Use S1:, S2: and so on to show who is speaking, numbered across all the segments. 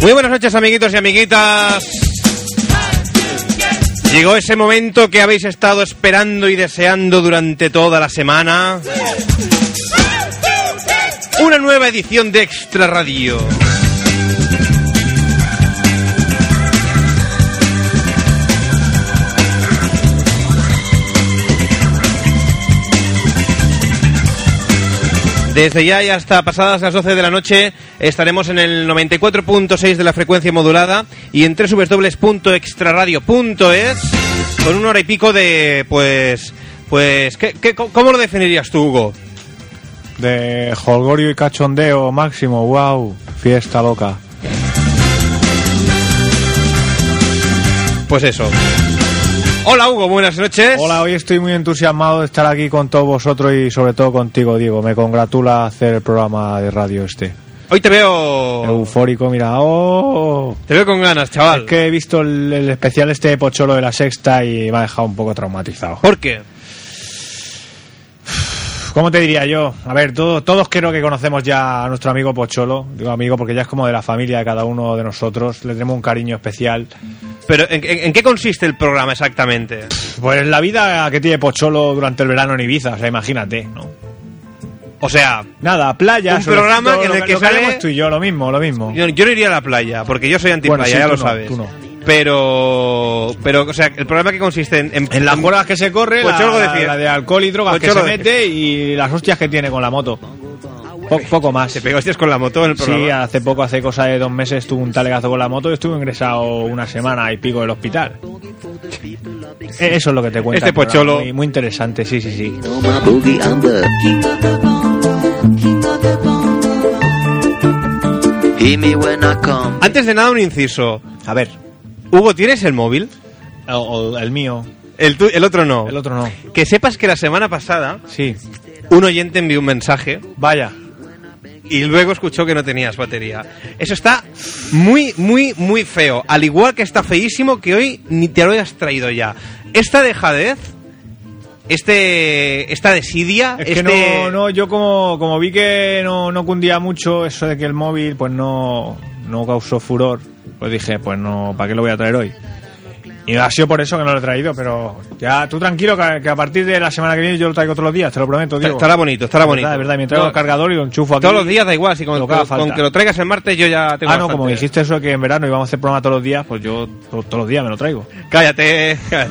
S1: Muy buenas noches, amiguitos y amiguitas. Llegó ese momento que habéis estado esperando y deseando durante toda la semana. Una nueva edición de Extra Radio. Desde ya y hasta pasadas las 12 de la noche estaremos en el 94.6 de la frecuencia modulada y en www.extraradio.es con una hora y pico de, pues, pues, ¿qué, qué- cómo lo definirías tú, Hugo?
S2: De jolgorio y cachondeo máximo, wow, fiesta loca.
S1: Pues eso. Hola, Hugo, buenas noches.
S2: Hola, hoy estoy muy entusiasmado de estar aquí con todos vosotros y sobre todo contigo, Diego. Me congratula hacer el programa de radio este.
S1: Hoy te veo,
S2: Eufórico, mira, oh.
S1: te veo con ganas, chaval.
S2: Es que he visto el, el especial este de Pocholo de la Sexta y me ha dejado un poco traumatizado.
S1: ¿Por qué?
S2: ¿Cómo te diría yo? A ver, todo- todos creo que conocemos ya a nuestro amigo Pocholo. Digo amigo porque ya es como de la familia de cada uno de nosotros. Le tenemos un cariño especial.
S1: Pero ¿en, en- en qué consiste el programa exactamente?
S2: Pues la vida que tiene Pocholo durante el verano en Ibiza, o sea, imagínate, ¿no?
S1: O sea,
S2: Nada, playa,
S1: Un
S2: sobre
S1: programa
S2: todo,
S1: en
S2: lo
S1: el que
S2: lo
S1: sale-
S2: haremos tú y yo, lo mismo, lo mismo.
S1: yo, yo no iría a la playa, porque yo soy antiplaya,
S2: Bueno, sí,
S1: ya
S2: tú
S1: lo
S2: no,
S1: sabes.
S2: tú no.
S1: Pero, pero, o sea, el programa que consiste en... En,
S2: En las cuerdas que se corre, la,
S1: Pocholo de fiesta.
S2: la de alcohol y drogas que se
S1: Pocholo de
S2: mete y las hostias que tiene con la moto. Po- poco más.
S1: Se pegó hostias con la moto en el programa.
S2: Sí, hace poco, hace cosa de dos meses, tuve un talegazo con la moto y estuve ingresado una semana y pico del hospital. Eh, Eso es lo que te cuento.
S1: Este Pocholo.
S2: Muy, muy interesante, sí, sí, sí.
S3: know my boogie, I'm the king of the bongo, king of the bongo. Hear me when I come.
S1: Antes de nada, un inciso.
S2: A ver,
S1: Hugo, ¿tienes el móvil?
S2: o- o el mío,
S1: El, tu- el otro no.
S2: el otro no.
S1: Que sepas que la semana pasada
S2: Sí,
S1: un oyente envió un mensaje
S2: vaya.
S1: y luego escuchó que no tenías batería. Eso está muy, muy, muy feo. Al igual que está feísimo que hoy ni te lo hayas traído ya. Esta dejadez, este, esta desidia,
S2: Es que
S1: este-
S2: no, no, yo como, como vi que no, no cundía mucho eso de que el móvil pues no, no causó furor, pues dije, pues no, ¿para qué lo voy a traer hoy? Y ha sido por eso que no lo he traído, pero ya tú tranquilo que, a- que a partir de la semana que viene yo lo traigo todos los días, te lo prometo,
S1: Está-
S2: Diego.
S1: Estará bonito, estará bonito.
S2: De verdad, de verdad, me traigo
S1: No,
S2: el cargador y lo enchufo aquí.
S1: Todos los días da igual, si
S2: Lo
S1: con,
S2: que haga
S1: con- con
S2: falta.
S1: que lo traigas el martes yo ya tengo
S2: Ah, no, como
S1: bastante.
S2: dijiste eso que en verano íbamos a hacer programa todos los días, pues yo to- todos los días me lo traigo.
S1: Cállate.
S3: Hear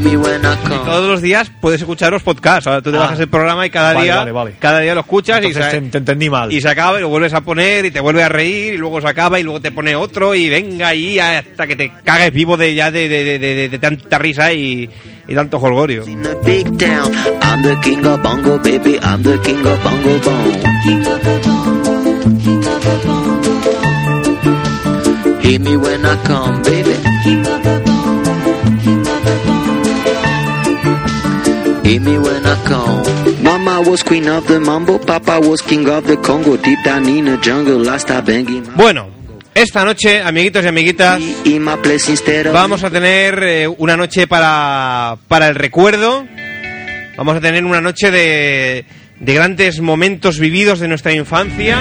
S3: me when I come.
S1: Todos los días puedes escuchar los podcasts. Ahora tú te
S2: Ah.
S1: bajas el programa y cada
S2: Vale,
S1: día
S2: vale, vale.
S1: cada día lo escuchas
S2: Entonces
S1: y
S2: te,
S1: se,
S2: te entendí mal.
S1: y se acaba y lo vuelves a poner y te vuelve a reír y luego se acaba y luego te pone otro y venga ahí hasta que te cagues vivo de ya de, de- de- de- de tanta risa y, y tanto jolgorio.
S3: In the big town, I'm the king of bongo, baby, I'm the king of bongo bong. Hear me when I come, baby. Hear me when I come. Mama was queen of the mambo, papa was king of the Congo. Deep down in the jungle, last I banging.
S1: Bueno, esta noche, amiguitos y amiguitas,
S3: In my place instead of
S1: Vamos a tener eh, una noche para, para el recuerdo. Vamos a tener una noche de, de grandes momentos vividos de nuestra infancia.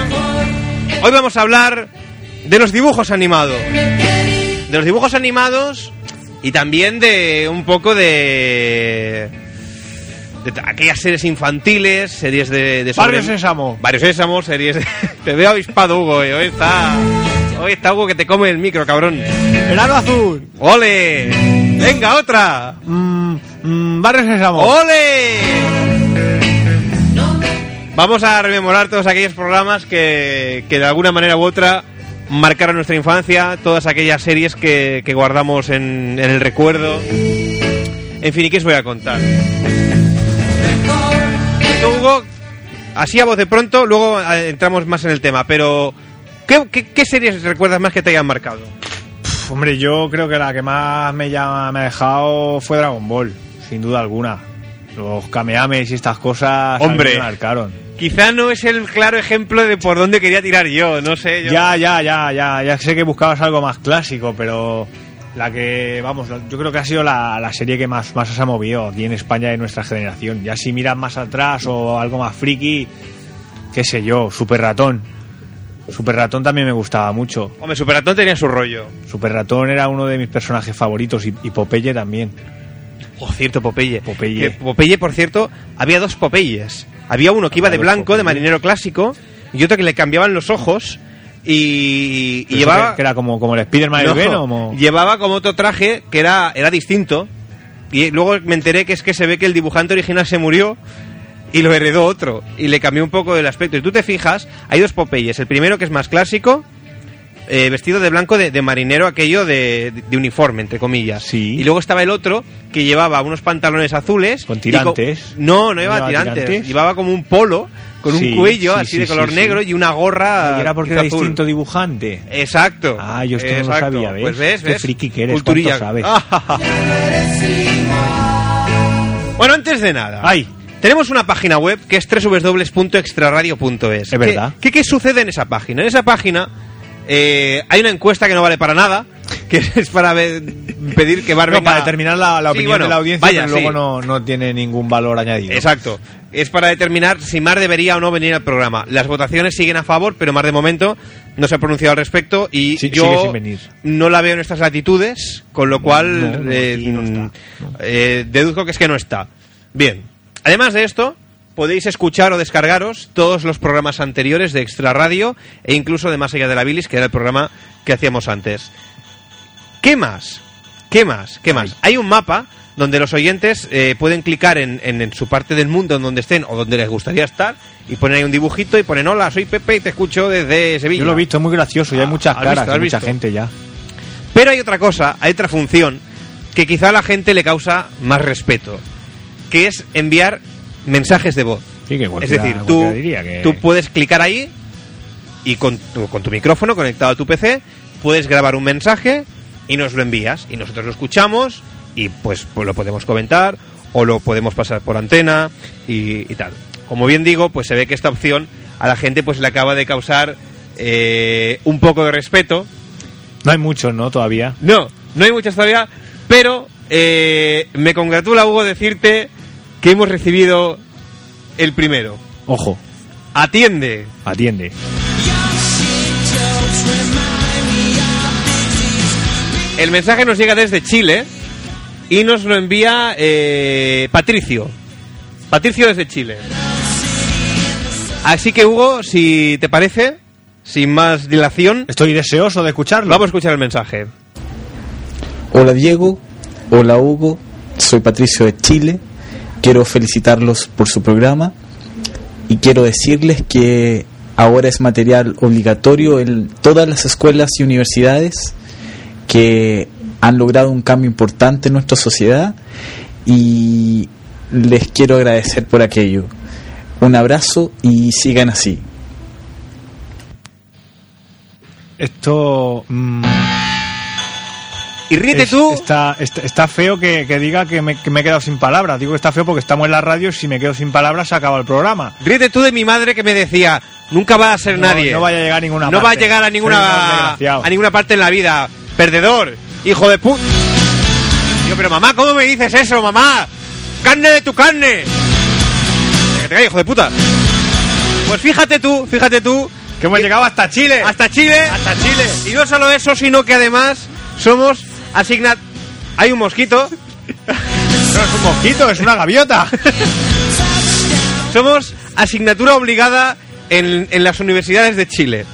S1: Hoy vamos a hablar de los dibujos animados. De los dibujos animados y también de un poco de. de t- aquellas series infantiles, series de. de
S2: Barrio
S1: sobre-
S2: Sésamo.
S1: Varios sésamos, series. de- Te veo avispado, Hugo. eh. Hoy está. Hoy está Hugo que te come el micro, cabrón.
S2: Verano azul.
S1: ¡Ole! ¡Venga, otra!
S2: Mm, mm, Barrio
S1: Oh,
S2: Sésamo.
S1: ¡Ole! Vamos a rememorar todos aquellos programas que, que de alguna manera u otra marcaron nuestra infancia, todas aquellas series que, que guardamos en, en el recuerdo. En fin, ¿y qué os voy a contar? Esto, Hugo, así a voz de pronto, luego eh, entramos más en el tema, pero ¿qué, qué, qué series recuerdas más que te hayan marcado?
S2: Hombre, yo creo que la que más me, llama, me ha dejado fue Dragon Ball, sin duda alguna. Los kamehames y estas cosas a mí
S1: Hombre.
S2: me marcaron.
S1: Quizá no es el claro ejemplo de por dónde quería tirar yo, no sé. Yo...
S2: Ya, ya, ya, ya, ya sé que buscabas algo más clásico, pero la que, vamos, yo creo que ha sido la, la serie que más, más se ha movido aquí en España de nuestra generación. Ya si miras más atrás o algo más friki, qué sé yo, Super Ratón. Super Ratón también me gustaba mucho.
S1: Hombre, Super Ratón tenía su rollo.
S2: Super Ratón era uno de mis personajes favoritos y, y Popeye también.
S1: Por Oh, cierto, Popeye.
S2: Popeye.
S1: Que Popeye, por cierto, había dos Popeyes. Había uno que iba de
S2: Había dos
S1: blanco, de
S2: Popeyes.
S1: marinero clásico, y otro que le cambiaban los ojos y, y
S2: Pero eso
S1: llevaba...
S2: que, que era como, como el Spider-Man y el
S1: No,
S2: Venom. o-
S1: Llevaba como otro traje que era, era distinto. Y luego me enteré que es que se ve que el dibujante original se murió y lo heredó otro. Y le cambió un poco el aspecto. Y tú te fijas, hay dos Popeyes. El primero que es más clásico, eh, vestido de blanco de, de marinero, aquello de, de uniforme, entre comillas.
S2: Sí.
S1: Y luego estaba el otro que llevaba unos pantalones azules.
S2: Con
S1: y
S2: tirantes.
S1: no, no llevaba,
S2: ¿No llevaba
S1: tirantes.
S2: tirantes?
S1: Llevaba como un polo con
S2: Sí,
S1: un cuello
S2: sí,
S1: así
S2: sí,
S1: de
S2: sí,
S1: color
S2: sí.
S1: negro y una gorra.
S2: Y era porque
S1: quizá
S2: era
S1: azul.
S2: distinto dibujante.
S1: Exacto.
S2: Ah, yo esto no lo
S1: Exacto.
S2: sabía, ¿ves?
S1: Pues ves,
S2: Qué
S1: ves.
S2: friki que eres,
S1: Culturilla.
S2: cuánto sabes.
S1: bueno, antes de nada.
S2: Ay.
S1: Tenemos una página web que es www.extraradio.es.
S2: Es verdad.
S1: ¿Qué, qué, qué sucede en esa página? En esa página eh, hay una encuesta que no vale para nada, que es para ver- pedir que Bar
S2: No,
S1: venga-
S2: para determinar la, la
S1: Sí,
S2: opinión
S1: bueno,
S2: de la audiencia,
S1: vaya,
S2: pero luego
S1: sí.
S2: no, no tiene ningún valor añadido.
S1: Exacto. Es para determinar si Mar debería o no venir al programa. Las votaciones siguen a favor, pero Mar de momento no se ha pronunciado al respecto y
S2: Sí,
S1: yo
S2: sigue sin venir.
S1: no la veo en estas latitudes, con lo
S2: No,
S1: cual
S2: no,
S1: eh,
S2: aquí no está, no.
S1: eh, deduzco que es que no está. Bien. Además de esto, podéis escuchar o descargaros todos los programas anteriores de Extra Radio e incluso de Más allá de la bilis, que era el programa que hacíamos antes. ¿Qué más? ¿Qué más? ¿Qué más? Hay un mapa donde los oyentes eh, pueden clicar en, en- en su parte del mundo en donde estén o donde les gustaría estar y ponen ahí un dibujito y ponen hola, soy Pepe y te escucho desde Sevilla.
S2: Yo lo he visto, es muy gracioso, ya hay
S1: Ah,
S2: muchas
S1: ¿has
S2: caras,
S1: visto,
S2: hay
S1: has
S2: mucha
S1: visto?
S2: gente ya.
S1: Pero hay otra cosa, hay otra función que quizá a la gente le causa más respeto, que es enviar mensajes de voz.
S2: Sí, que
S1: Es
S2: cualquiera-
S1: decir, tú,
S2: cualquiera pues diría que-
S1: tú puedes clicar ahí y con tu, con tu micrófono conectado a tu PC puedes grabar un mensaje y nos lo envías y nosotros lo escuchamos y pues, pues, lo podemos comentar o lo podemos pasar por antena y, y tal. Como bien digo, pues se ve que esta opción a la gente pues le acaba de causar eh, un poco de respeto.
S2: No hay muchos, ¿no? Todavía.
S1: No, no hay muchas todavía, pero eh, me congratula Hugo decirte que hemos recibido el primero.
S2: Ojo,
S1: Atiende.
S2: atiende.
S1: El mensaje nos llega desde Chile y nos lo envía eh, Patricio. Patricio desde Chile. Así que Hugo, si te parece, sin más dilación,
S2: Estoy deseoso de escucharlo.
S1: vamos a escuchar el mensaje.
S4: Hola Diego, hola Hugo, soy Patricio de Chile, quiero felicitarlos por su programa y quiero decirles que ahora es material obligatorio en todas las escuelas y universidades que han logrado un cambio importante en nuestra sociedad y les quiero agradecer por aquello. Un abrazo y sigan así.
S2: Esto... mm,
S1: Y ríete
S2: es-
S1: tú.
S2: Está, está, está feo que, que diga que me, que me he quedado sin palabras. Digo que está feo porque estamos en la radio y si me quedo sin palabras se acaba el programa.
S1: Ríete tú de mi madre que me decía, nunca va a ser
S2: No-
S1: nadie.
S2: No vaya a llegar a ninguna
S1: No
S2: parte.
S1: va a llegar a
S2: Soy un
S1: ninguna
S2: desgraciado.
S1: a ninguna parte en la vida. Perdedor, hijo de puta. Yo, pero mamá, ¿cómo me dices eso, mamá? Carne de tu carne. Que te calles, hijo de puta. Pues fíjate tú, fíjate tú,
S2: Que hemos llegado hasta Chile.
S1: hasta Chile. Hasta Chile. Y no solo eso, sino que además somos asignat hay un mosquito.
S2: No, es un mosquito, es una gaviota.
S1: Somos asignatura obligada en, en las universidades de Chile.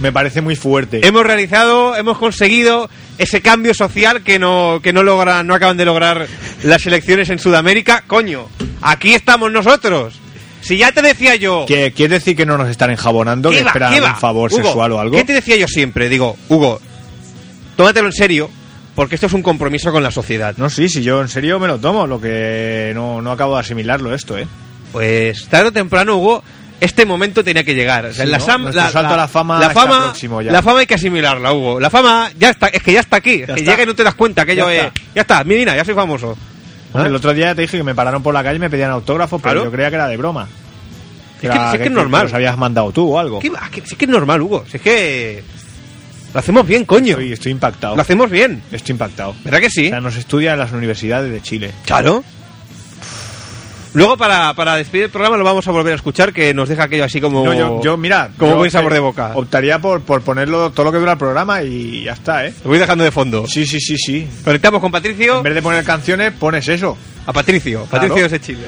S2: me parece muy fuerte.
S1: Hemos realizado, hemos conseguido ese cambio social que no, que no logran, no acaban de lograr las elecciones en Sudamérica. Coño, aquí estamos nosotros. Si ya te decía yo.
S2: ¿Qué, ¿Quiere decir que no nos están enjabonando? ¿Que
S1: ¿Qué va?
S2: esperan
S1: ¿Qué va?
S2: un favor
S1: Hugo,
S2: sexual o algo?
S1: ¿Qué te decía yo siempre? Digo, Hugo, tómatelo en serio, porque esto es un compromiso con la sociedad.
S2: No, sí, sí, yo en serio me lo tomo, lo que no, no acabo de asimilarlo esto, ¿eh?
S1: Pues tarde o temprano, Hugo, este momento tenía que llegar. O sea,
S2: Sí,
S1: la,
S2: ¿no?
S1: sam-
S2: Nuestro
S1: la-
S2: salto a la fama
S1: la
S2: está
S1: fama,
S2: próximo ya.
S1: la fama hay que asimilarla, Hugo. La fama ya está, es que ya está aquí. Es que
S2: está.
S1: llega y no te das cuenta que
S2: Ya
S1: yo eh,
S2: está.
S1: Ya está, mira, ya soy famoso.
S2: Hombre, El otro día te dije que me pararon por la calle y me pedían autógrafo, pero
S1: Ah. Claro.
S2: yo creía que era de broma.
S1: Es que-
S2: Era
S1: es que es normal.
S2: los habías mandado tú o algo.
S1: ¿Qué va? Que- si es que es normal, Hugo. Si es que lo hacemos bien, coño.
S2: Estoy, estoy impactado.
S1: Lo hacemos bien.
S2: Estoy impactado.
S1: ¿Verdad que sí?
S2: O sea, nos estudian en las universidades de Chile.
S1: Claro. Luego para, para despedir el programa lo vamos a volver a escuchar, que nos deja aquello así como...
S2: No, yo, yo, mira,
S1: Como
S2: yo
S1: buen sabor
S2: opta-
S1: de boca.
S2: Optaría por, por ponerlo todo lo que dura el programa y ya está, ¿eh?
S1: Lo voy dejando de fondo.
S2: Sí, sí, sí, sí.
S1: Conectamos con Patricio.
S2: En vez de poner canciones, pones eso.
S1: A Patricio.
S2: Claro.
S1: Patricio es de Chile.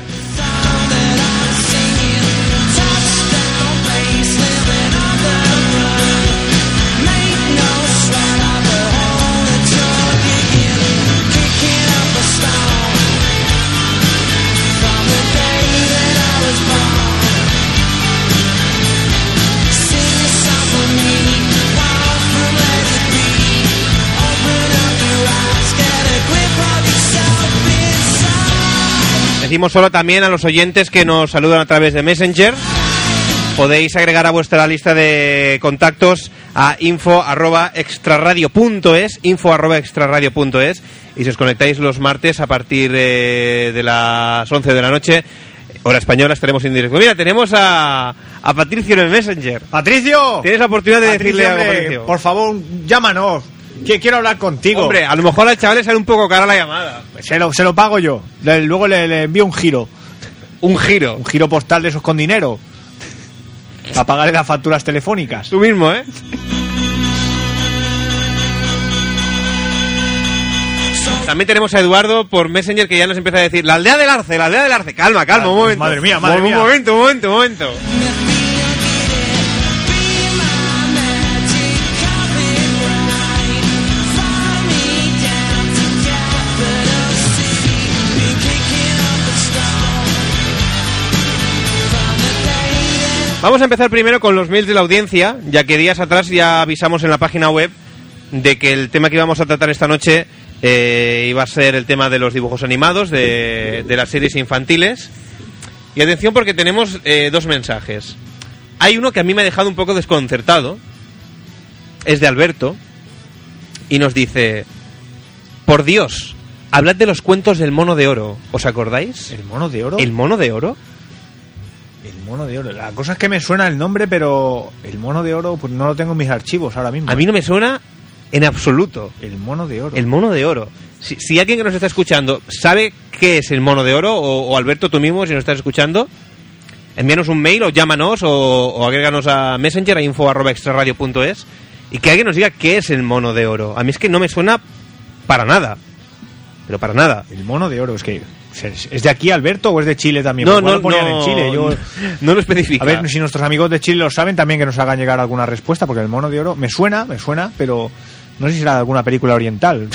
S1: Decimos solo también a los oyentes que nos saludan a través de Messenger. Podéis agregar a vuestra lista de contactos a info@extraradio.es, info@extraradio.es y si os conectáis los martes a partir eh, de las 11 de la noche, hora española, estaremos en directo. Mira, tenemos a, a Patricio en el Messenger.
S2: ¡Patricio!
S1: Tienes la oportunidad de
S2: Patricio,
S1: decirle algo,
S2: hombre,
S1: Patricio.
S2: Por favor, llámanos. Que quiero hablar contigo.
S1: Hombre, a lo mejor al chaval le sale un poco cara la llamada.
S2: Se lo, se lo pago yo. Le- luego le, le envío un giro.
S1: Un giro.
S2: Un giro postal de esos con dinero. Para pagarle las facturas telefónicas.
S1: Tú mismo, ¿eh? También tenemos a Eduardo por Messenger que ya nos empieza a decir la aldea del arce, la aldea del arce. Calma, calma, un
S2: Ah,
S1: momento.
S2: madre mía, madre
S1: un,
S2: mía.
S1: Un momento, un momento, un momento. Vamos a empezar primero con los mails de la audiencia, ya que días atrás ya avisamos en la página web de que el tema que íbamos a tratar esta noche eh, iba a ser el tema de los dibujos animados, de, de las series infantiles. Y atención porque tenemos eh, dos mensajes. Hay uno que a mí me ha dejado un poco desconcertado, es de Alberto, y nos dice, por Dios, hablad de los cuentos del mono de oro, ¿os acordáis?
S2: ¿El mono de oro?
S1: ¿El mono de oro?
S2: El mono de oro. La cosa es que me suena el nombre, pero el mono de oro pues no lo tengo en mis archivos ahora mismo.
S1: A mí no me suena en absoluto.
S2: El mono de oro.
S1: El mono de oro. Si, si alguien que nos está escuchando sabe qué es el mono de oro, o, o Alberto tú mismo, si nos estás escuchando, envíanos un mail o llámanos o, o agréganos a messenger a info arroba extraradio.es y que alguien nos diga qué es el mono de oro. A mí es que no me suena para nada. Pero para nada.
S2: El mono de oro. Es que. ¿Es es de aquí, Alberto, o es de Chile también?
S1: No,
S2: Porque
S1: no,
S2: igual lo ponían
S1: no,
S2: en Chile. Yo-
S1: no lo especifica.
S2: A ver si nuestros amigos de Chile lo saben también que nos hagan llegar alguna respuesta, porque el mono de oro me suena, me suena, pero no sé si será de alguna película oriental.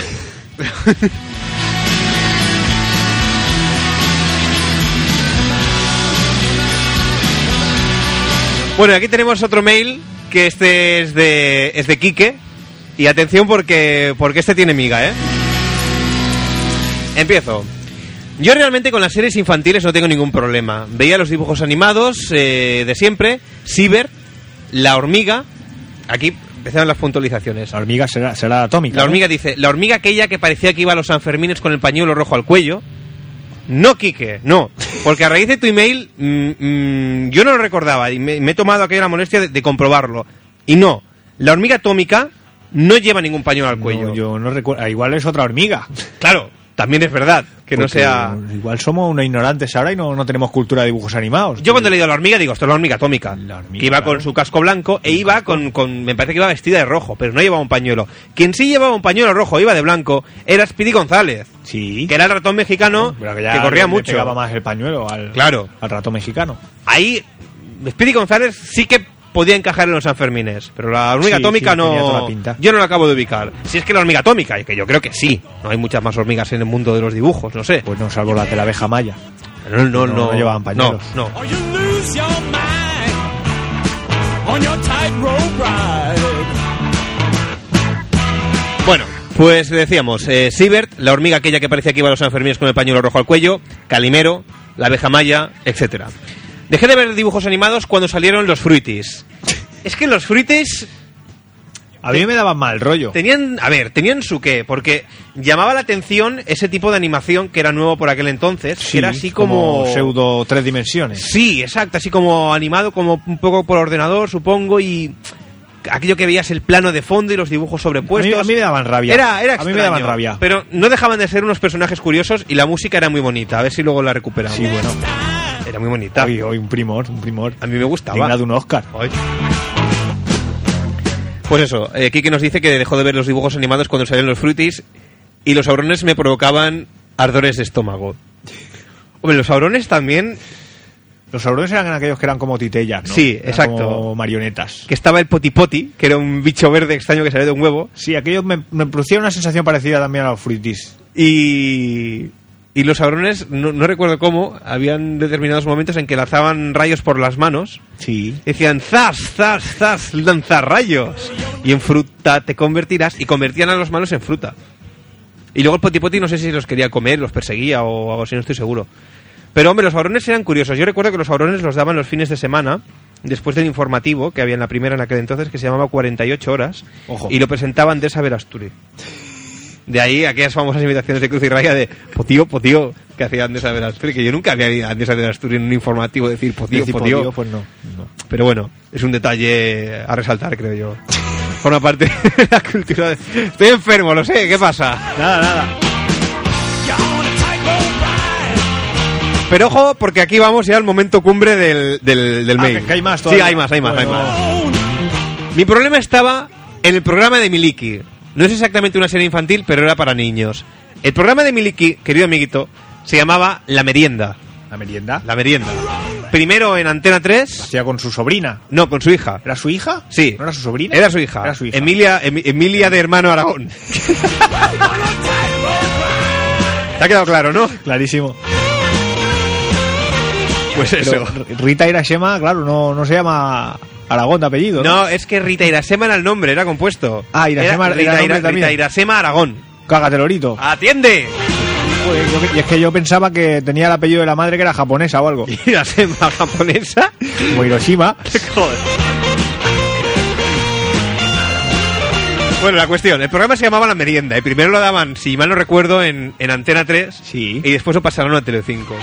S1: Bueno, aquí tenemos otro mail que este es de es de Quique y atención porque porque este tiene miga, ¿eh? Empiezo. Yo realmente con las series infantiles no tengo ningún problema. Veía los dibujos animados eh, de siempre, Ciber, La Hormiga. Aquí empezaron las puntualizaciones.
S2: La hormiga será, será atómica. ¿eh?
S1: La
S2: ¿no?
S1: hormiga dice, la hormiga aquella que parecía que iba a los Sanfermines con el pañuelo rojo al cuello. No, Quique, no. Porque a raíz de tu email, mm, mm, yo no lo recordaba y me, me he tomado aquella molestia de, de comprobarlo. Y no, la hormiga atómica no lleva ningún pañuelo al
S2: No,
S1: cuello.
S2: yo no recuerdo. Igual es otra hormiga.
S1: Claro, también es verdad que no
S2: Porque
S1: sea...
S2: Igual somos unos ignorantes ahora y no, no tenemos cultura de dibujos animados.
S1: Yo cuando he leído la hormiga digo, esto es la hormiga atómica.
S2: La hormiga,
S1: que iba
S2: claro.
S1: con su casco blanco e iba con, con- Me parece que iba vestida de rojo, pero no llevaba un pañuelo. Quien sí llevaba un pañuelo rojo, iba de blanco, era Speedy González.
S2: Sí.
S1: que era el ratón mexicano
S2: Pero
S1: que,
S2: ya
S1: corría
S2: le
S1: mucho.
S2: pegaba más el pañuelo al,
S1: Claro.
S2: al rato mexicano.
S1: Ahí, Speedy González sí que podía encajar en los Sanfermines, pero la hormiga
S2: Sí,
S1: atómica
S2: sí, tenía toda
S1: no.
S2: la pinta.
S1: Yo no la acabo de ubicar. Si es que la hormiga atómica, y que yo creo que sí, no hay muchas más hormigas en el mundo de los dibujos, no sé.
S2: Pues no, salvo las de la abeja maya.
S1: No, no, no.
S2: no llevaban pañuelos.
S1: No, no.
S5: Or you lose your mind on your tightrope ride.
S1: Bueno, pues decíamos, eh, Siebert, la hormiga aquella que parecía que iba a los Sanfermines con el pañuelo rojo al cuello, Calimero, la abeja maya, etcétera. Dejé de ver dibujos animados cuando salieron los Fruities. Es que los Fruities
S2: A mí me daban mal rollo.
S1: Tenían, a ver, tenían su qué, porque llamaba la atención ese tipo de animación que era nuevo por aquel entonces, que era así como...
S2: Pseudo tres dimensiones.
S1: Sí, exacto, así como animado, como un poco por ordenador, supongo, y aquello que veías el plano de fondo y los dibujos sobrepuestos.
S2: A mí- a mí me daban rabia.
S1: Era, era
S2: A mí me
S1: extraño,
S2: daban rabia.
S1: Pero no dejaban de ser unos personajes curiosos y la música era muy bonita. A ver si luego la recuperamos.
S2: Sí, bueno.
S1: Era muy bonita.
S2: Hoy, hoy un primor, un primor.
S1: A mí me gustaba.
S2: Digna de un Oscar.
S1: Ay. Pues eso, eh, Kike nos dice que dejó de ver los dibujos animados cuando salían los frutis y los saurones me provocaban ardores de estómago. Hombre, los saurones también,
S2: Los saurones eran aquellos que eran como titellas, ¿no?
S1: Sí,
S2: Eran
S1: exacto.
S2: Como marionetas.
S1: que estaba el potipoti, que era un bicho verde extraño que salía de un huevo,
S2: Sí, aquellos me, me producían una sensación parecida también a los fruitis.
S1: y, y los saurones, no, no recuerdo cómo, habían determinados momentos en que lanzaban rayos por las manos.
S2: Sí.
S1: Decían, zas, zas, zas, lanzarrayos. Y en fruta te convertirás. Y convertían a los malos en fruta. Y luego el potipoti no sé si los quería comer, los perseguía o algo así, no estoy seguro. Pero hombre, los aurones eran curiosos. Yo recuerdo que los aurones los daban los fines de semana, después del informativo, que había en la primera en aquel entonces, que se llamaba 48 horas.
S2: Ojo.
S1: Y lo presentaban de esa Verasturi. De ahí aquellas famosas imitaciones de Cruz y Raya de "Pues potío, potío, que hacían de esa Verasturi, que yo nunca había ido a Andesa Verasturi en un informativo decir potío,
S2: Decir,
S1: potío.
S2: "Por Dios", pues no. no.
S1: Pero bueno, es un detalle a resaltar, creo yo. Forma parte de la cultura. de- Estoy enfermo, lo sé, ¿qué pasa?
S2: Nada, nada.
S1: Pero ojo, porque aquí vamos ya al momento cumbre del, del, del
S2: Ah,
S1: mail.
S2: que- que hay más
S1: Sí,
S2: todavía.
S1: hay más, hay más, hay
S2: Bueno.
S1: más. Mi problema estaba en el programa de Miliki. No es exactamente una serie infantil, pero era para niños. El programa de Miliki, querido amiguito, se llamaba La Merienda.
S2: La merienda. La
S1: La Merienda. Primero en Antena 3.
S2: hacía con su sobrina.
S1: No, con su hija.
S2: ¿Era su hija?
S1: Sí.
S2: ¿No era su sobrina?
S1: Era su hija.
S2: Era su hija.
S1: Emilia, Emi- Emilia de Hermano Aragón. Te ha quedado claro, ¿no?
S2: Clarísimo.
S1: Pues
S2: Pero R- Rita Irashema, claro, no, no se llama Aragón de apellido.
S1: No, es que Rita Irasema era el nombre, era compuesto.
S2: Ah, Irasema
S1: Era
S2: era
S1: Rita,
S2: el nombre
S1: Ira-
S2: también.
S1: Rita Irasema Aragón.
S2: Cágate, Lorito.
S1: ¡Atiende!
S2: Joder, yo- Y es que yo pensaba que tenía el apellido de la madre que era japonesa o algo.
S1: Irasema japonesa.
S2: Como Hiroshima.
S1: Joder. Bueno, la cuestión, el programa se llamaba La Merienda y primero lo daban, si mal no recuerdo, en, en Antena 3
S2: Sí.
S1: y después lo pasaron a Telecinco.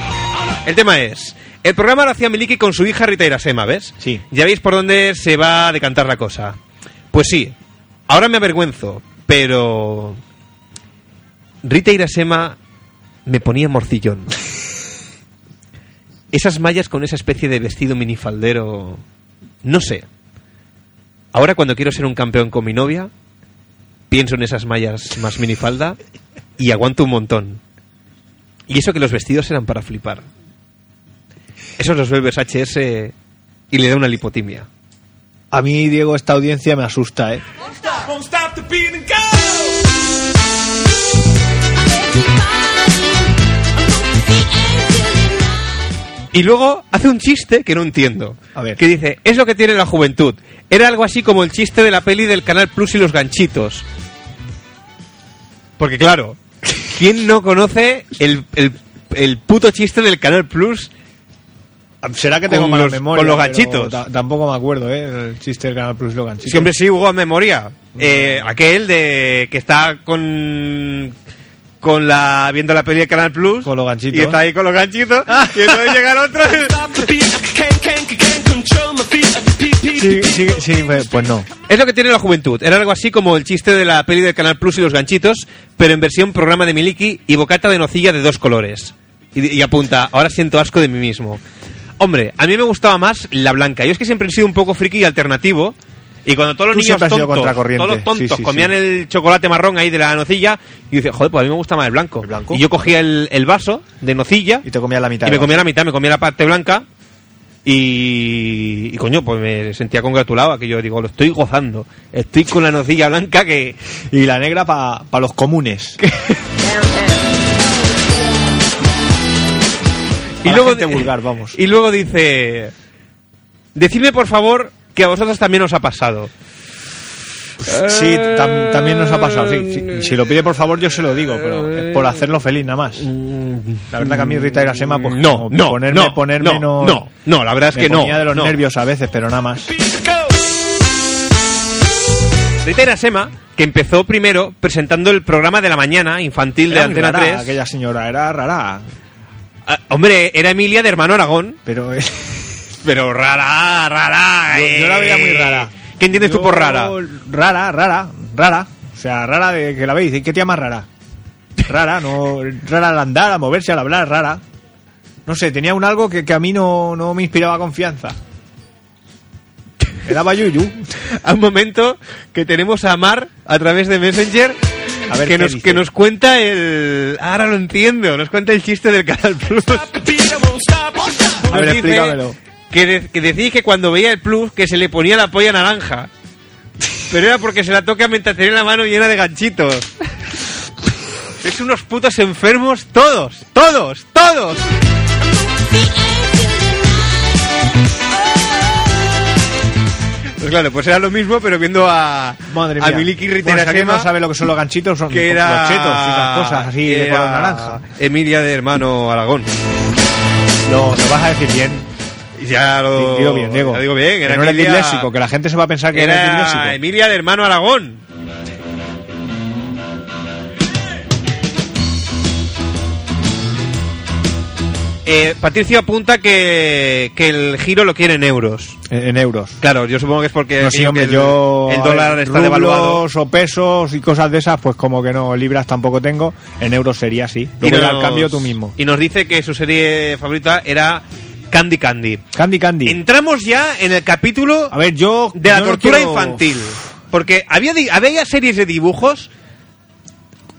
S1: El tema es, el programa lo hacía Miliki con su hija Rita Irasema, ¿ves?
S2: Sí.
S1: Ya veis por dónde se va a decantar la cosa. Pues sí, ahora me avergüenzo, pero Rita Irasema me ponía morcillón. Esas mallas con esa especie de vestido minifaldero. No sé. Ahora cuando quiero ser un campeón con mi novia, pienso en esas mallas más minifalda y aguanto un montón. Y eso que los vestidos eran para flipar. Esos los vuelves HS y le da una lipotimia.
S2: A mí, Diego, esta audiencia me asusta, ¿eh?
S5: Won't stop the beat and go.
S1: Y luego hace un chiste que no entiendo.
S2: A ver.
S1: Que dice, es lo que tiene la juventud. Era algo así como el chiste de la peli del Canal Plus y los ganchitos. Porque claro, ¿quién no conoce el, el- el puto chiste del Canal Plus?
S2: ¿Será que tengo
S1: Con
S2: mala
S1: los-
S2: memoria?
S1: con los
S2: pero
S1: ganchitos.
S2: ta- tampoco me acuerdo, ¿eh? El chiste del Canal Plus, los ganchitos.
S1: Siempre sí hubo en memoria. Eh, aquel de que está con con la viendo la peli del Canal Plus
S2: Con los ganchitos.
S1: y está ahí con los ganchitos y entonces llega el otro
S5: Stop the beat. I can't, can't, can't control my feet. Pee, pee,
S2: Sí, sí, sí, pues- pues no.
S1: Es lo que tiene la juventud. Era algo así como el chiste de la peli del Canal Plus y los ganchitos, pero en versión programa de Miliki y bocata de nocilla de dos colores. Y, y apunta, ahora siento asco de mí mismo. Hombre, a mí me gustaba más la blanca. Yo es que siempre he sido un poco friki y alternativo. Y cuando todos los
S2: Tú
S1: niños
S2: siempre has sido
S1: tontos,
S2: contracorriente.
S1: todos los tontos
S2: Sí, sí,
S1: comían
S2: sí.
S1: el chocolate marrón ahí de la nocilla, y dice, joder, pues a mí me gusta más el blanco.
S2: ¿El blanco?
S1: Y yo cogía el, el vaso de nocilla
S2: Y te comía la mitad.
S1: y me
S2: ¿no?
S1: comía la mitad, me comía la parte blanca y, y, coño, pues me sentía congratulado, que yo digo, lo estoy gozando, estoy con la nocilla blanca que...
S2: Y la negra para los comunes.
S1: Y
S2: la
S1: luego,
S2: gente vulgar, vamos.
S1: Y luego dice, decidme por favor que a vosotros también os ha pasado.
S2: Sí, tam- también nos ha pasado. Sí, sí. Si lo pide, por favor, yo se lo digo, pero es por hacerlo feliz nada más. La verdad que a mí Rita Irasema, pues
S1: No,
S2: como
S1: no,
S2: ponerme,
S1: no,
S2: ponerme
S1: no,
S2: no,
S1: no, no, la verdad es
S2: me
S1: que no,
S2: ponía de los
S1: no.
S2: nervios a veces, pero nada más.
S5: pee, go.
S1: Rita Irasema, que empezó primero presentando el programa de la mañana infantil de
S2: Era muy
S1: Antena
S2: rara
S1: 3.
S2: Aquella señora era rara,
S1: Ah, hombre, era Emilia de Hermano Aragón,
S2: pero
S1: pero rara, rara.
S2: Yo- yo la veía muy rara.
S1: ¿Qué entiendes tú
S2: Yo-
S1: por rara?
S2: Rara, rara, rara. O sea, rara de que la veis. ¿Y qué te llamas rara? Rara, no. Rara al andar, a moverse, al hablar, rara. No sé, tenía un algo que, que a mí no, no me inspiraba confianza. Me daba yuyu.
S1: A un momento que tenemos a Mar a través de Messenger.
S2: A ver
S1: que,
S2: qué
S1: nos,
S2: dice.
S1: que nos cuenta el. Ahora lo entiendo, nos cuenta el chiste del Canal Plus.
S2: A ver,
S1: Nos dice
S2: explícamelo.
S1: Que, de- que decís que cuando veía el Plus que se le ponía la polla naranja. Pero era porque se la toca mientras tenía la mano llena de ganchitos. Es unos putos enfermos todos, todos, todos. Pues claro, pues era lo mismo, pero viendo a,
S2: Madre
S1: a
S2: mía.
S1: Miliki
S2: Bueno, es que
S1: Riterashima,
S2: no sabe lo que son los ganchitos, son
S1: que era,
S2: los chetos y las cosas así
S1: que
S2: de color
S1: era
S2: naranja.
S1: Emilia de hermano Aragón.
S2: Lo, lo vas a decir bien.
S1: Y Ya lo
S2: Digo bien, Diego.
S1: lo digo bien, era
S2: que no eres
S1: Emilia,
S2: disléxico, que la gente se va a pensar que eres disléxico.
S1: era Emilia de hermano Aragón. Eh, Patricio apunta que, que el giro lo quiere en euros.
S2: En, en euros.
S1: Claro, yo supongo que es porque
S2: No sé,
S1: aquello
S2: hombre,
S1: que el,
S2: yo... eh,
S1: el
S2: a
S1: dólar
S2: ver,
S1: está
S2: rublos
S1: devaluado.
S2: o pesos y cosas de esas, pues como que no, libras tampoco tengo. En euros sería así. Luego ya al cambio tú mismo.
S1: Y nos dice que su serie favorita era Candy Candy.
S2: Candy Candy.
S1: Entramos ya en el capítulo
S2: A ver, yo...
S1: de la
S2: yo no
S1: tortura
S2: quiero-
S1: infantil. Porque había, di- había series de dibujos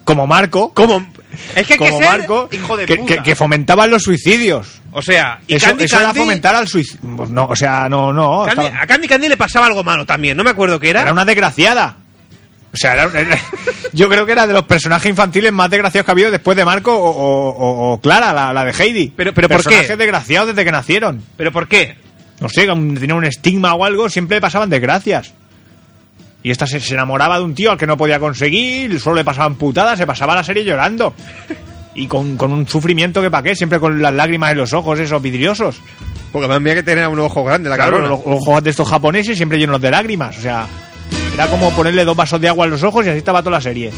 S2: Como Marco.
S1: como... Es que hay
S2: como
S1: que ser
S2: Marco.
S1: hijo de
S2: que,
S1: puta.
S2: que- que fomentaban los suicidios.
S1: o sea, y
S2: eso
S1: Candy
S2: eso era
S1: Candy-
S2: fomentar al suicidio. Pues no, o sea, no, no.
S1: Candy- ah,
S2: estaba-
S1: a Candy Candy le pasaba algo malo también, no me acuerdo qué era.
S2: Era una desgraciada. O sea, era- era- yo creo que era de los personajes infantiles más desgraciados que ha habido después de Marco o, o- o- o Clara, la, la de Heidi.
S1: Pero- pero ¿por qué?
S2: personajes desgraciados desde que nacieron.
S1: ¿Pero por qué?
S2: No sé, aun tenían un estigma o algo, siempre le pasaban desgracias. Y esta se, se enamoraba de un tío al que no podía conseguir, solo le pasaban putadas, se pasaba la serie llorando. Y con, con un sufrimiento que pa' qué, siempre con las lágrimas en los ojos, esos vidriosos.
S1: Porque me había que tener un ojo grande, la
S2: Claro, los, los ojos de estos japoneses siempre llenos de lágrimas. O sea, era como ponerle dos vasos de agua en los ojos y así estaba toda la serie.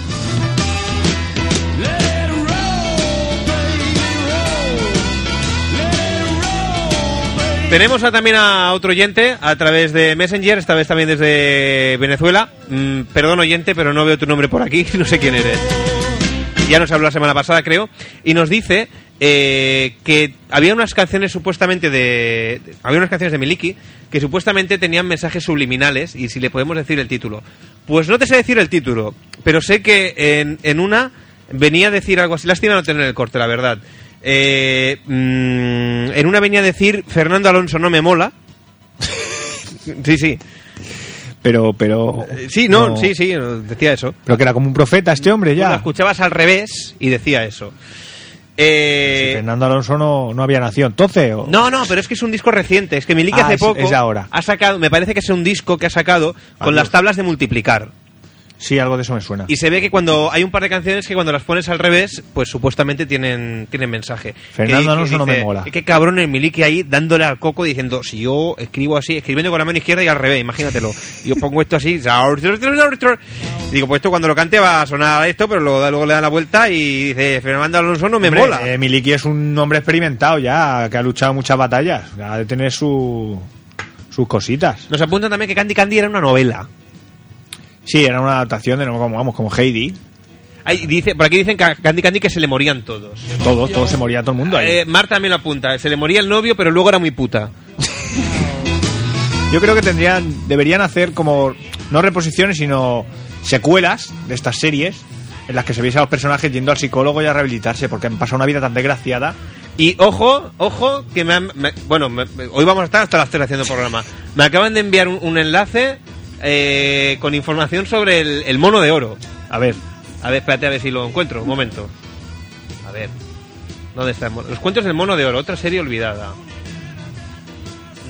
S1: Tenemos a- también a otro oyente a través de Messenger, esta vez también desde Venezuela. Mm, perdón oyente, pero no veo tu nombre por aquí, no sé quién eres. Ya nos habló la semana pasada, creo, y nos dice eh, que había unas canciones supuestamente de... Había unas canciones de Miliki que supuestamente tenían mensajes subliminales, y si le podemos decir el título. Pues no te sé decir el título, pero sé que en, en una venía a decir algo así. Lástima no tener el corte, la verdad. Eh, mm, en una venía a decir Fernando Alonso no me mola. sí, sí.
S2: Pero, pero.
S1: Eh, Sí, no, sí, sí, decía eso.
S2: Pero que era como un profeta este hombre
S1: Pues la
S2: ya.
S1: escuchabas al revés y decía eso. Eh,
S2: Si Fernando Alonso no, no había nacido entonces. o-
S1: No, no, pero es que es un disco reciente. Es que Miliki
S2: Ah,
S1: hace
S2: es-
S1: poco
S2: es ahora.
S1: ha sacado, me parece que es un disco que ha sacado con
S2: Adiós.
S1: las tablas de multiplicar.
S2: Sí, algo de eso me suena.
S1: Y se ve que cuando hay un par de canciones que cuando las pones al revés, pues supuestamente tienen, tienen mensaje.
S2: Fernando
S1: Que- que
S2: Alonso no
S1: dice,
S2: me mola.
S1: Qué cabrón el Miliki ahí dándole al coco diciendo, si yo escribo así, escribiendo con la mano izquierda y al revés, imagínatelo. Yo pongo esto así. Y digo, pues esto cuando lo cante va a sonar esto, pero luego, luego le dan la vuelta y dice, Fernando Alonso no me
S2: Hombre,
S1: mola.
S2: eh, Miliki es un hombre experimentado ya, que ha luchado muchas batallas. Ha de tener su, sus cositas.
S1: Nos apuntan también que Candy Candy era una novela.
S2: Sí, era una adaptación de, como, vamos, como Heidi.
S1: Ahí dice, por aquí dicen que a Candy Candy que se le morían todos.
S2: Todo, todo se moría todo el mundo ahí.
S1: Eh, Marta también lo apunta. Se le moría el novio, pero luego era muy puta.
S2: Yo creo que tendrían, deberían hacer como no reposiciones, sino secuelas de estas series en las que se viese a los personajes yendo al psicólogo y a rehabilitarse porque han pasado una vida tan desgraciada.
S1: Y ojo, ojo, que me han. me- bueno, me- me- hoy vamos a estar hasta las 3 haciendo programa. Me acaban de enviar un, un enlace eh, con información sobre el, el mono de oro.
S2: A ver,
S1: A ver, espérate a ver si lo encuentro. Un momento. A ver. ¿Dónde está el mono? Los cuentos del mono de oro, otra serie olvidada.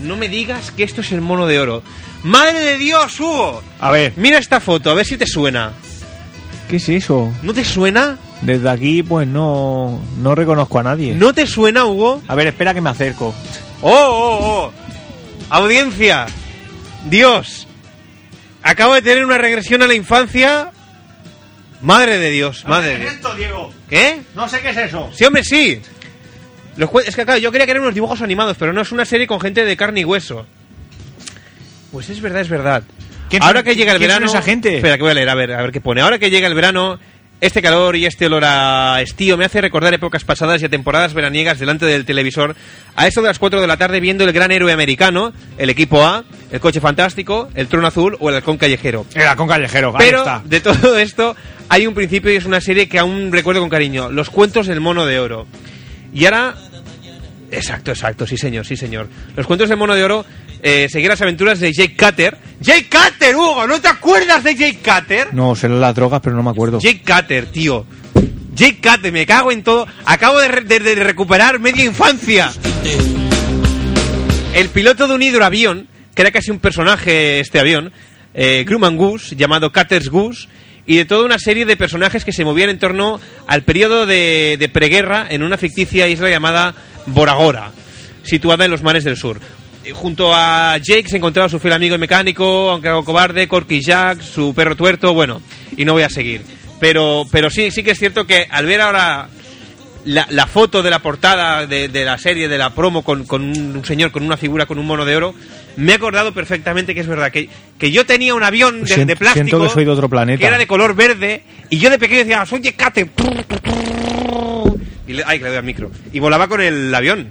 S1: No me digas que esto es el mono de oro. ¡Madre de Dios, Hugo!
S2: a ver,
S1: Mira esta foto, a ver si te suena.
S2: ¿qué es eso?
S1: ¿No te suena?
S2: Desde aquí pues no no reconozco a nadie.
S1: ¿No te suena, Hugo?
S2: A ver, espera que me acerco.
S1: ¡Oh, oh, oh! Audiencia, Dios, acabo de tener una regresión a la infancia. Madre de Dios, madre de Dios.
S2: Diego.
S1: ¿Qué?
S2: No sé qué es eso.
S1: Sí, hombre, sí. Los cuen- es que claro, yo creía que eran unos dibujos animados, pero no es una serie con gente de carne y hueso. Pues es verdad, es verdad.
S2: ¿Quién
S1: Ahora
S2: son-
S1: que llega el
S2: quién son
S1: verano.
S2: esa gente?
S1: Espera, que voy a leer, a ver, a ver qué pone. Ahora que llega el verano, este calor y este olor a estío me hace recordar épocas pasadas y a temporadas veraniegas delante del televisor. A eso de las 4 de la tarde viendo el gran héroe americano, el equipo A, el coche fantástico, el trono azul o el halcón callejero.
S2: Era con callejero, ahí
S1: Pero
S2: está.
S1: de todo esto hay un principio y es una serie que aún recuerdo con cariño. Los cuentos del mono de oro. Y ahora... Exacto, exacto, sí señor, sí señor. Los cuentos del mono de oro eh, seguir las aventuras de Jake Cutter. Jake Cutter, Hugo, ¿no te acuerdas de Jake Cutter?
S2: No, serán las drogas, pero no me acuerdo.
S1: Jake Cutter, tío. Jake Cutter, me cago en todo. Acabo de, re- de- de recuperar media infancia. El piloto de un hidroavión, que era casi un personaje este avión, eh, Grumman Goose, llamado Cutter's Goose, y de toda una serie de personajes que se movían en torno al periodo de, de preguerra en una ficticia isla llamada Boragora, situada en los mares del sur. Eh, Junto a Jake se encontraba su fiel amigo y mecánico, aunque algo cobarde, Corky Jack, su perro tuerto, bueno, y no voy a seguir. Pero, pero sí, sí que es cierto que al ver ahora la, la foto de la portada de, de la serie, de la promo, con, con un, un señor, con una figura, con un mono de oro, me he acordado perfectamente que es verdad, que, que yo tenía un avión de,
S2: Siento-
S1: de plástico
S2: siento que soy de otro planeta.
S1: que era de color verde, y yo de pequeño decía, soy Yecate. Y le, ay, que le doy al micro. Y volaba con el avión.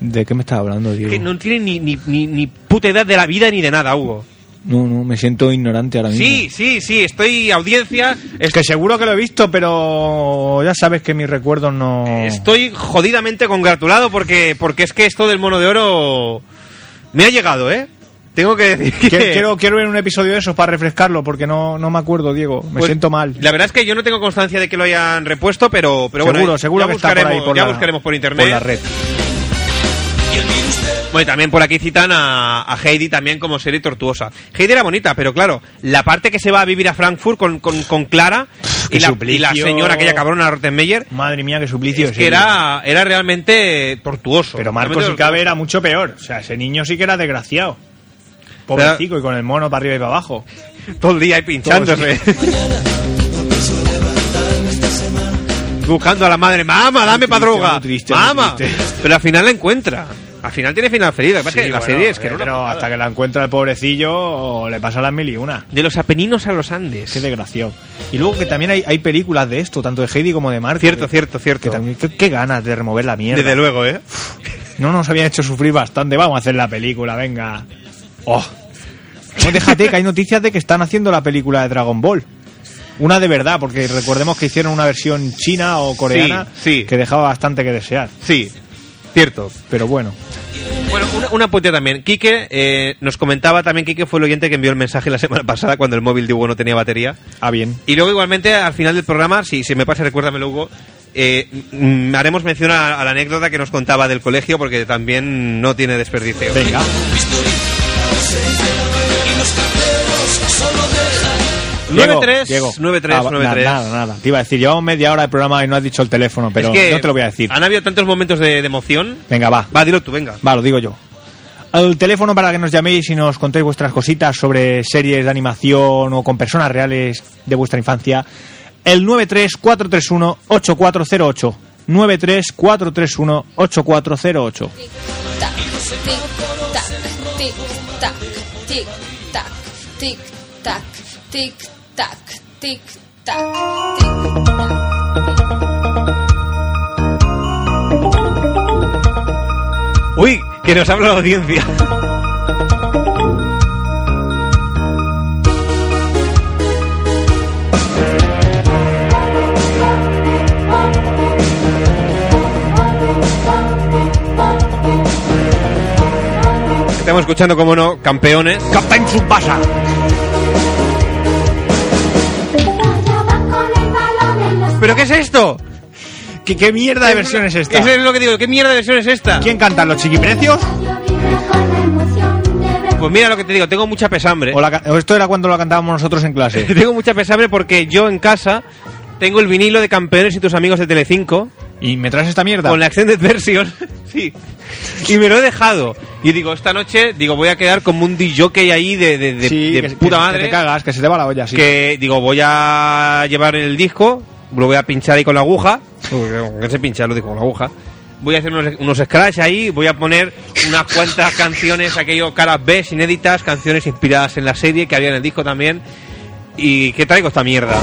S2: ¿De qué me estás hablando, Diego?
S1: Que no tiene ni, ni, ni, ni puta edad de la vida ni de nada, Hugo.
S2: No, no, me siento ignorante ahora mismo.
S1: Sí, sí, sí, estoy audiencia,
S2: Es que seguro que lo he visto, pero ya sabes que mis recuerdos no.
S1: Estoy jodidamente congratulado porque, porque es que esto del mono de oro me ha llegado, ¿eh? Tengo que decir que...
S2: Quiero, quiero, quiero ver un episodio de esos para refrescarlo, porque no, no me acuerdo, Diego. Me
S1: pues,
S2: siento mal.
S1: La verdad es que yo no tengo constancia de que lo hayan repuesto, pero, pero
S2: seguro,
S1: bueno,
S2: seguro
S1: ya
S2: que está por
S1: buscaremos,
S2: ahí por
S1: ya
S2: la-
S1: buscaremos por internet.
S2: Por la red.
S1: Bueno, y también por aquí citan a, a Heidi también como serie tortuosa. Heidi era bonita, pero claro, la parte que se va a vivir a Frankfurt con, con, con Clara y
S2: Qué
S1: la, y la
S2: suplicio.
S1: señora, aquella cabrona Rottenmeier,
S2: Madre mía, qué suplicio.
S1: es
S2: sí.
S1: que era, era realmente tortuoso.
S2: Pero Marcos
S1: Realmente
S2: y Cabe era mucho peor. O sea, ese niño sí que era desgraciado. Pobrecito y con el mono para arriba y para abajo.
S1: todo el día ahí pinchándose. Buscando a la madre, mamá, dame
S2: Muy
S1: pa'
S2: triste,
S1: droga,
S2: muy triste, muy
S1: mamá.
S2: triste.
S1: Pero al final la encuentra. Al final tiene final feliz. Lo que pasa es que
S2: Sí,
S1: la
S2: bueno,
S1: serie es que
S2: eh,
S1: era una
S2: Pero
S1: pasada.
S2: hasta que la encuentra el pobrecillo, le pasa las mil y una.
S1: De los Apeninos a los Andes.
S2: Qué desgraciado. Y luego que también hay, hay películas de esto, tanto de Heidi como de Marco.
S1: Cierto,
S2: que-
S1: cierto, cierto.
S2: Que también, qué, qué ganas de remover la mierda.
S1: Desde luego, ¿eh?
S2: No nos habían hecho sufrir bastante. Vamos a hacer la película, venga. Oh. No, déjate que hay noticias de que están haciendo la película de Dragon Ball. Una de verdad, porque recordemos que hicieron una versión china o coreana
S1: sí.
S2: que dejaba bastante que desear.
S1: Sí, cierto.
S2: Pero bueno,
S1: Bueno, una, una putea también. Quique eh, nos comentaba también, Quique fue el oyente que envió el mensaje la semana pasada cuando el móvil de Hugo no tenía batería.
S2: ah, bien.
S1: Y luego igualmente al final del programa, si se me pasa, recuérdamelo Hugo, eh, mm, haremos mención a, a la anécdota que nos contaba del colegio porque también no tiene desperdicio.
S2: Venga. Diego,
S1: 93,
S2: Diego.
S1: 93,
S2: Ah, va-
S1: 93.
S2: Nada, nada, nada. Te iba a decir, llevamos media hora de programa y no has dicho el teléfono, pero
S1: Es que
S2: no te lo voy a decir.
S1: Han habido tantos momentos de, de emoción.
S2: Venga, va.
S1: Va, dilo tú, venga.
S2: Va, lo digo yo. Al teléfono para que nos llaméis y nos contéis vuestras cositas sobre series de animación o con personas reales de vuestra infancia. El 93431-8408. 93431-8408.
S6: tac, tic, tac, tic, tac, tic, tac, tic, tac, tic, tac, tic, tac, tic, tac.
S1: Uy, que nos habla la audiencia. Estamos escuchando, como no, campeones.
S2: Captain Tsubasa.
S1: ¿Pero qué es esto?
S2: ¿Qué, qué mierda de versión es esta?
S1: Eso es lo que digo. ¿Qué mierda de versión es esta?
S2: ¿Quién canta? ¿Los chiquiprecios?
S1: Pues mira lo que te digo. Tengo mucha pesambre.
S2: ¿O, la ca- o esto era cuando lo cantábamos nosotros en clase?
S1: Tengo mucha pesambre porque yo en casa tengo el vinilo de campeones y tus amigos de Telecinco.
S2: ¿Y me traes esta mierda?
S1: con la extended version, sí. Y me lo he dejado. Y digo, esta noche, digo, voy a quedar como un DJ ahí de, de, de-
S2: Sí,
S1: de
S2: que-
S1: puta
S2: que-
S1: madre.
S2: Que te cagas, que se te va la olla, sí.
S1: que, digo, voy a llevar el disco, lo voy a pinchar ahí con la aguja. Porque, ¿Con qué se pincha lo disco con la aguja? voy a hacer unos, unos scratch ahí, voy a poner unas cuantas canciones, aquello caras B, inéditas, canciones inspiradas en la serie que había en el disco también. ¿Y qué traigo esta mierda?